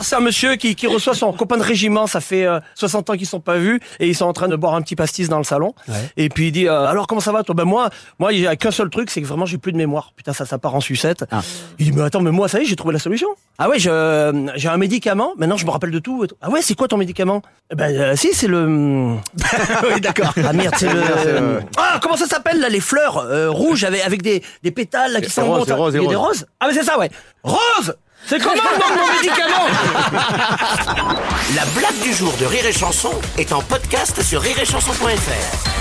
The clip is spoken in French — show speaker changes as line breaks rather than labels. C'est un monsieur qui, qui reçoit son copain de régiment, ça fait euh, 60 ans qu'ils sont pas vus, et ils sont en train de boire un petit pastis dans le salon. Et puis il dit, euh, alors comment ça va toi Ben moi, moi il y a qu'un seul truc, c'est que vraiment j'ai plus de mémoire. Putain, ça, ça part en sucette. Il dit, mais attends, mais moi ça y est, j'ai trouvé la solution. Ah ouais, je, euh, j'ai un médicament, maintenant je me rappelle de tout. et tout. Ah ouais, c'est quoi ton médicament Eh Ben euh, si, c'est le... oui, d'accord. Ah merde, c'est le... Ah, comment ça s'appelle là, les fleurs euh, rouges avec, avec des, des pétales là, qui
C'est
sont
rose, c'est rose, c'est
Il y a des
rose.
roses Ah mais c'est ça, ouais. Rose c'est comment le nom de mon médicament
La blague du jour de Rire et Chanson est en podcast sur rireetchanson.fr.